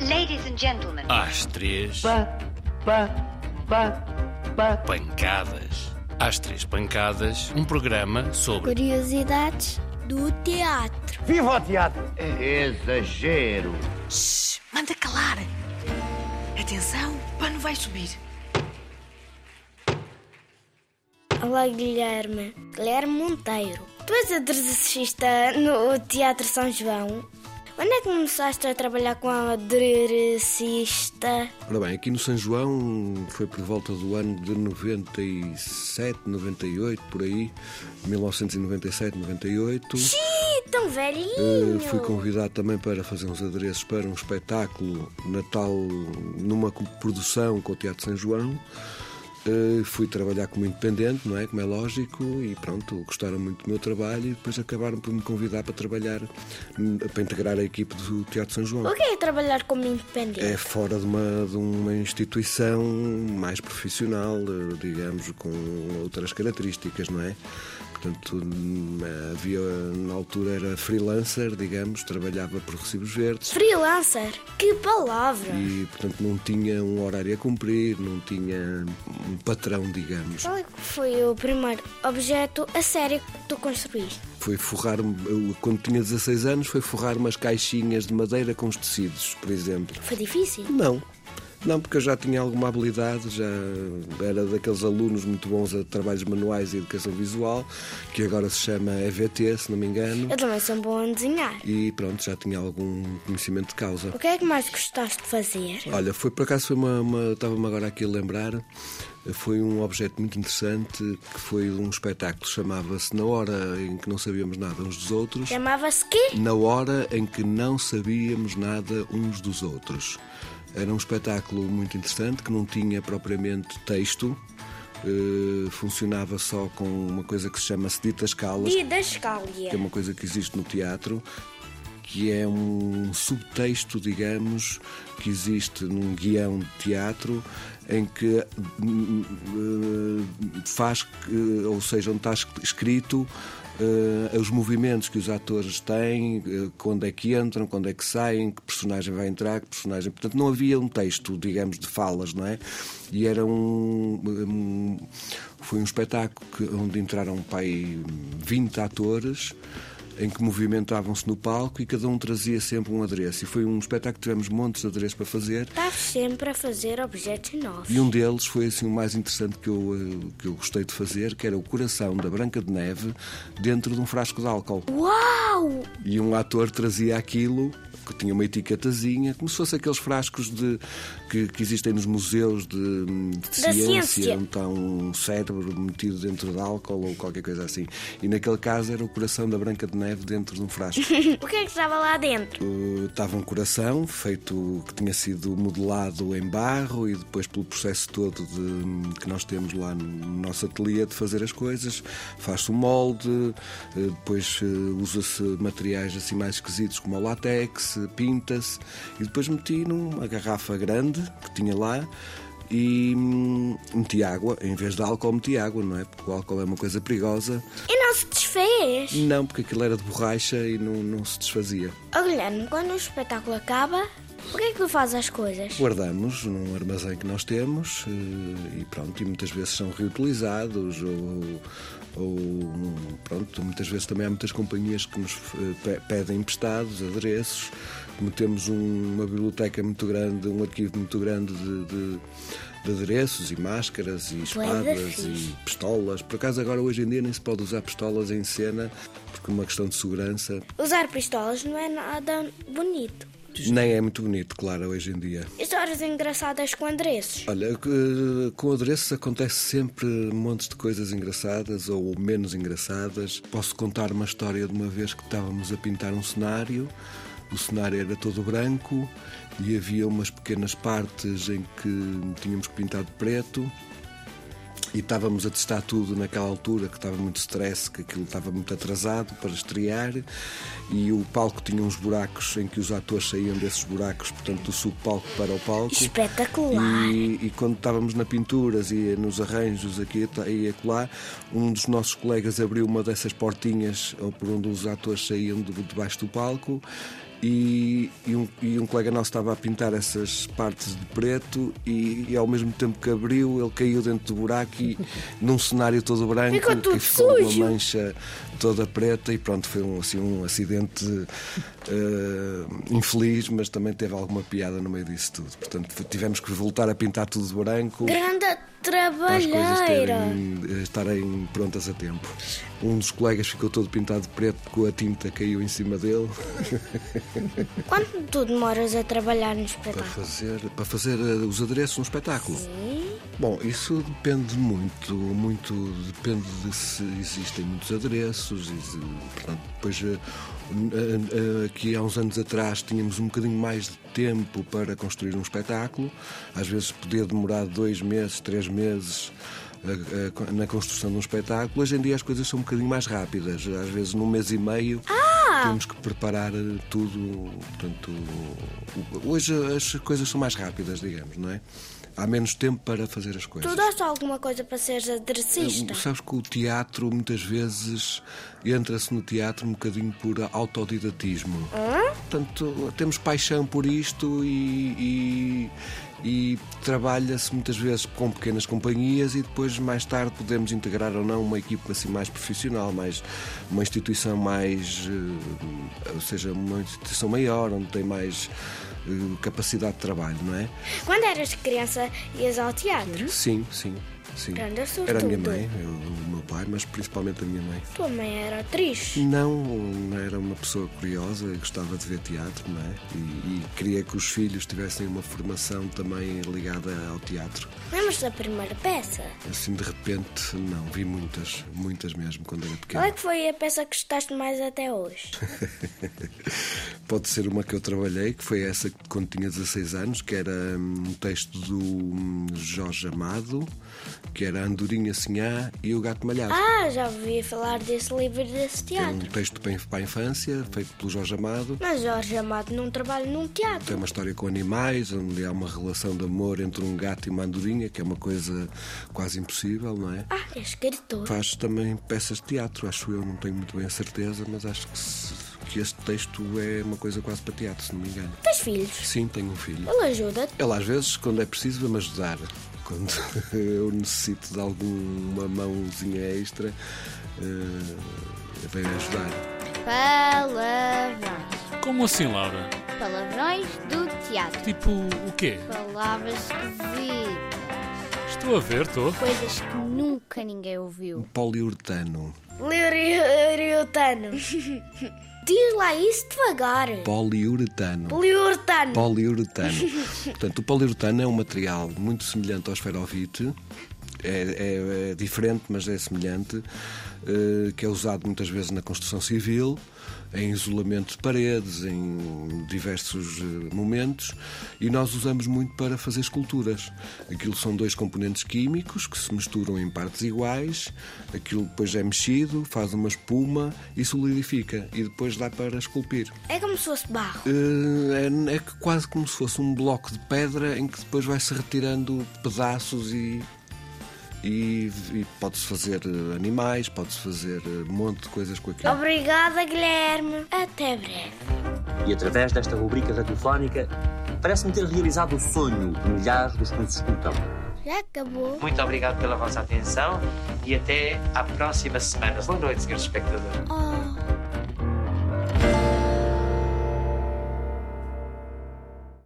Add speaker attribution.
Speaker 1: Ladies and gentlemen.
Speaker 2: Às três,
Speaker 3: Ba, ba, ba, ba.
Speaker 2: pancadas. Às três pancadas, um programa sobre.
Speaker 4: Curiosidades do teatro.
Speaker 3: Viva o teatro!
Speaker 5: Exagero.
Speaker 6: Manda calar! Atenção, o pano vai subir.
Speaker 4: Olá, Guilherme. Guilherme Monteiro. Tu és aderecista no Teatro São João. Quando é que começaste a trabalhar com a aderecista?
Speaker 7: Ora bem, aqui no São João foi por volta do ano de 97, 98, por aí, 1997, 98.
Speaker 4: Ih, tão
Speaker 7: Eh,
Speaker 4: velhinho!
Speaker 7: Fui convidado também para fazer uns adereços para um espetáculo Natal numa co- produção com o Teatro São João. Eh, Fui trabalhar como independente, não é? Como é lógico, e pronto, gostaram muito do meu trabalho e depois acabaram por me convidar para trabalhar, hum, para integrar a equipe do Teatro São João
Speaker 4: O que é trabalhar como independente?
Speaker 7: é fora de uma, de uma instituição mais profissional, eh, digamos, com outras características, não é? Portanto, hum, havia, na altura era freelancer, digamos, trabalhava por recibos verdes
Speaker 4: Freelancer? Que palavra!
Speaker 7: e, portanto, não tinha um horário a cumprir, não tinha um patrão, digamos.
Speaker 4: Qual é que foi o primeiro objeto a sério que tu construíste?
Speaker 7: Foi forrar, eu, quando tinha 16 anos, foi forrar umas caixinhas de madeira com os tecidos, por exemplo.
Speaker 4: Foi difícil?
Speaker 7: Não. Não, porque eu já tinha alguma habilidade, já era daqueles alunos muito bons a trabalhos manuais e educação visual, que agora se chama EVT, se não me engano,
Speaker 4: Eu também sou bom a desenhar.
Speaker 7: e pronto, já tinha algum conhecimento de causa.
Speaker 4: O que é que mais gostaste de fazer?
Speaker 7: Olha, foi por acaso, foi uma, uma- estava-me agora aqui a lembrar, foi um objeto muito interessante, que foi um espetáculo, chamava-se Na Hora em que Não Sabíamos Nada Uns dos Outros.
Speaker 4: Chamava-se quê?
Speaker 7: na hora em que não sabíamos nada uns dos outros. Era um espetáculo muito interessante que não tinha propriamente texto, eh, funcionava só com uma coisa que se chama Seditas Calas,
Speaker 4: Dia da
Speaker 7: que é
Speaker 4: Escália.
Speaker 7: uma coisa que existe no teatro, que é um subtexto, digamos, que existe num guião de teatro em que hum, hum, faz, que- ou seja, onde está es- escrito eh, os movimentos que os atores têm, eh, quando é que entram, quando é que saem, que personagem vai entrar, que personagem. Portanto, não havia um texto, digamos, de falas, não é? E era um. um- foi um espetáculo que- onde entraram pai 20 atores em que movimentavam-se no palco e cada um trazia sempre um adereço. E foi um espetáculo que tivemos montes de adereços para fazer.
Speaker 4: Estás sempre a fazer objetos novos.
Speaker 7: E um deles foi assim o mais interessante que eu, eh, que eu gostei de fazer, que era o coração da Branca de Neve dentro de um frasco de álcool.
Speaker 4: Uau!
Speaker 7: E um ator trazia aquilo, que tinha uma etiquetazinha, como se fosse aqueles frascos de, que, que existem nos museus de, de
Speaker 4: Da
Speaker 7: ciência,
Speaker 4: ciência.
Speaker 7: onde está um cérebro metido dentro de álcool ou qualquer coisa assim. E naquele caso era o coração da Branca de Neve dentro de um frasco.
Speaker 4: O que é que estava lá dentro?
Speaker 7: Uh, estava um coração feito que tinha sido modelado em barro e depois pelo processo todo de- que nós temos lá no nosso ateliê de fazer as coisas faz-se um molde uh, depois uh, usa-se materiais assim mais esquisitos como o látex uh, pinta-se e depois meti numa garrafa grande que tinha lá e hum, meti água em vez de álcool meti água não é porque o álcool é uma coisa perigosa
Speaker 4: E não se desfez.
Speaker 7: não porque aquilo era de borracha e não, não se desfazia
Speaker 4: Ó Guilherme, quando o espetáculo acaba, o que é que tu fazes as coisas?
Speaker 7: Guardamos num armazém que nós temos eh, e pronto, e muitas vezes são reutilizados ou, ou, pronto, muitas vezes também há muitas companhias que nos eh, pe- pedem emprestados, adereços, como temos um- uma biblioteca muito grande, um arquivo muito grande de, de- de adereços e máscaras e espadas
Speaker 4: fixe.
Speaker 7: e pistolas. Por acaso agora hoje em dia nem se pode usar pistolas em cena porque é uma questão de segurança
Speaker 4: Usar pistolas não é nada bonito.
Speaker 7: nem é muito bonito, claro, hoje em dia.
Speaker 4: Histórias engraçadas com adereços.
Speaker 7: Olha, eh, com adereços acontece sempre montes de coisas engraçadas ou menos engraçadas. Posso contar uma história de uma vez que estávamos a pintar um cenário. O cenário era todo branco e havia umas pequenas partes em que tínhamos que pintar de preto. E estávamos a testar tudo naquela altura, que estava muito stress, que aquilo estava muito atrasado para estrear, e o palco tinha uns buracos em que os atores saíam desses buracos, portanto, do subpalco para o palco.
Speaker 4: Espetacular.
Speaker 7: E, e quando estávamos na pinturas e nos arranjos aqui e ta- e acolá, um dos nossos colegas abriu uma dessas portinhas ou por onde os atores saíam de- debaixo do palco E, e um, e um colega nosso estava a pintar essas partes de preto e, e ao mesmo tempo que abriu ele caiu dentro do buraco e num cenário todo branco
Speaker 4: Ficou tudo
Speaker 7: e ficou
Speaker 4: sujo.
Speaker 7: uma mancha toda preta e pronto, foi um, assim, um acidente eh, infeliz, mas também teve alguma piada no meio disso tudo. Portanto, tivemos que voltar a pintar tudo de branco
Speaker 4: Grande
Speaker 7: para as coisas
Speaker 4: trabalheira.
Speaker 7: terem, eh, estarem prontas a tempo. Um dos colegas ficou todo pintado de preto porque a tinta caiu em cima dele
Speaker 4: Quanto tu demoras a trabalhar no espetáculo?
Speaker 7: fazer, para fazer eh, os adereços no espetáculo. Bom, isso depende muito, muito depende de se existem muitos adereços. e se- portanto, depois, eh, eh, eh, aqui há uns anos atrás, tínhamos um bocadinho mais de tempo para construir um espetáculo. Às vezes podia demorar dois meses, três meses eh, eh, na construção de um espetáculo. Hoje em dia as coisas são um bocadinho mais rápidas. Às vezes num mês e meio temos que preparar eh, tudo. Portanto, o- hoje as coisas são mais rápidas, digamos, não é? Há menos tempo para fazer as coisas.
Speaker 4: Tu dás alguma coisa para seres
Speaker 7: O-
Speaker 4: aderecista?
Speaker 7: Sabes que o teatro muitas vezes entra-se no teatro um bocadinho por autodidatismo. Portanto, temos paixão por isto e, e- e trabalha-se muitas vezes com pequenas companhias e depois mais tarde podemos integrar ou não uma equipe assim mais profissional, mais uma instituição mais, eh, ou seja, uma instituição maior, onde tem mais eh, capacidade de trabalho, não é?
Speaker 4: Quando eras criança, ias ao teatro?
Speaker 7: Sim, sim. Sim.
Speaker 4: Grande é sortudo.
Speaker 7: Era a minha mãe, eu- o meu pai, mas principalmente a minha mãe.
Speaker 4: Tua mãe era atriz.
Speaker 7: Não, não era uma pessoa curiosa, eu gostava de ver teatro, não é? E, e queria que os filhos tivessem uma formação também ligada ao teatro.
Speaker 4: Lembras da primeira peça?
Speaker 7: Assim, de repente, não, vi muitas, muitas mesmo quando era
Speaker 4: Qual é
Speaker 7: pequeno.
Speaker 4: que foi a peça que gostaste mais até hoje?
Speaker 7: Pode ser uma que eu trabalhei, que foi essa que quando tinha 16 anos, que era hum, um texto do hum, Jorge Amado, que era a Andorinha Sinhá e o Gato Malhado.
Speaker 4: Ah, já ouvi falar desse livro e desse
Speaker 7: Que era um
Speaker 4: teatro.
Speaker 7: texto para a infância, feito pelo Jorge Amado.
Speaker 4: Mas Jorge Amado não trabalha num teatro.
Speaker 7: Tem uma história com animais, onde há uma relação de amor entre um gato e uma andorinha, que é uma coisa quase impossível, não é?
Speaker 4: Ah, é escritor.
Speaker 7: Faz também peças de teatro, acho eu, não tenho muito bem a certeza, mas acho que, se- que este texto é uma coisa quase para teatro, se não me engano.
Speaker 4: Tens filhos?
Speaker 7: Sim, tenho um filho.
Speaker 4: Ele ajuda-te.
Speaker 7: Ele às vezes, quando é preciso, vai-me ajudar. Quando eu necessito de alguma mãozinha extra, eh, vem ajudar.
Speaker 1: Palavrões.
Speaker 2: Como assim, Laura?
Speaker 1: Palavrões do teatro.
Speaker 2: Tipo, o quê?
Speaker 1: Palavras esquisitas.
Speaker 2: Estou a ver, estou.
Speaker 1: Coisas que nunca ninguém ouviu.
Speaker 7: Poliuretano.
Speaker 4: Liuriotano. Diz lá isso devagar.
Speaker 7: Poliuretano.
Speaker 4: Liurtano.
Speaker 7: poliuretano. Portanto, o poliuretano é um material muito semelhante ao esferovite, é, é- é diferente, mas é semelhante, eh, que é usado muitas vezes na construção civil, em isolamento de paredes, em diversos eh, momentos, e nós usamos muito para fazer esculturas. Aquilo são dois componentes químicos que se misturam em partes iguais, aquilo depois é mexido, faz uma espuma e solidifica, e depois dá para esculpir.
Speaker 4: É como se fosse barro.
Speaker 7: Eh, é, é que quase como se fosse um bloco de pedra em que depois vai-se retirando pedaços e. E, e pode-se fazer eh, animais, pode-se fazer eh, um monte de coisas com aquilo.
Speaker 4: Obrigada, Guilherme. Até breve.
Speaker 8: e através desta rubrica radiofónica parece-me ter realizado o sonho de milhares dos que nos escutam.
Speaker 4: Já acabou.
Speaker 9: Muito obrigado pela vossa atenção e até à próxima semana. Boa noite, senhores espectadores.
Speaker 4: Oh.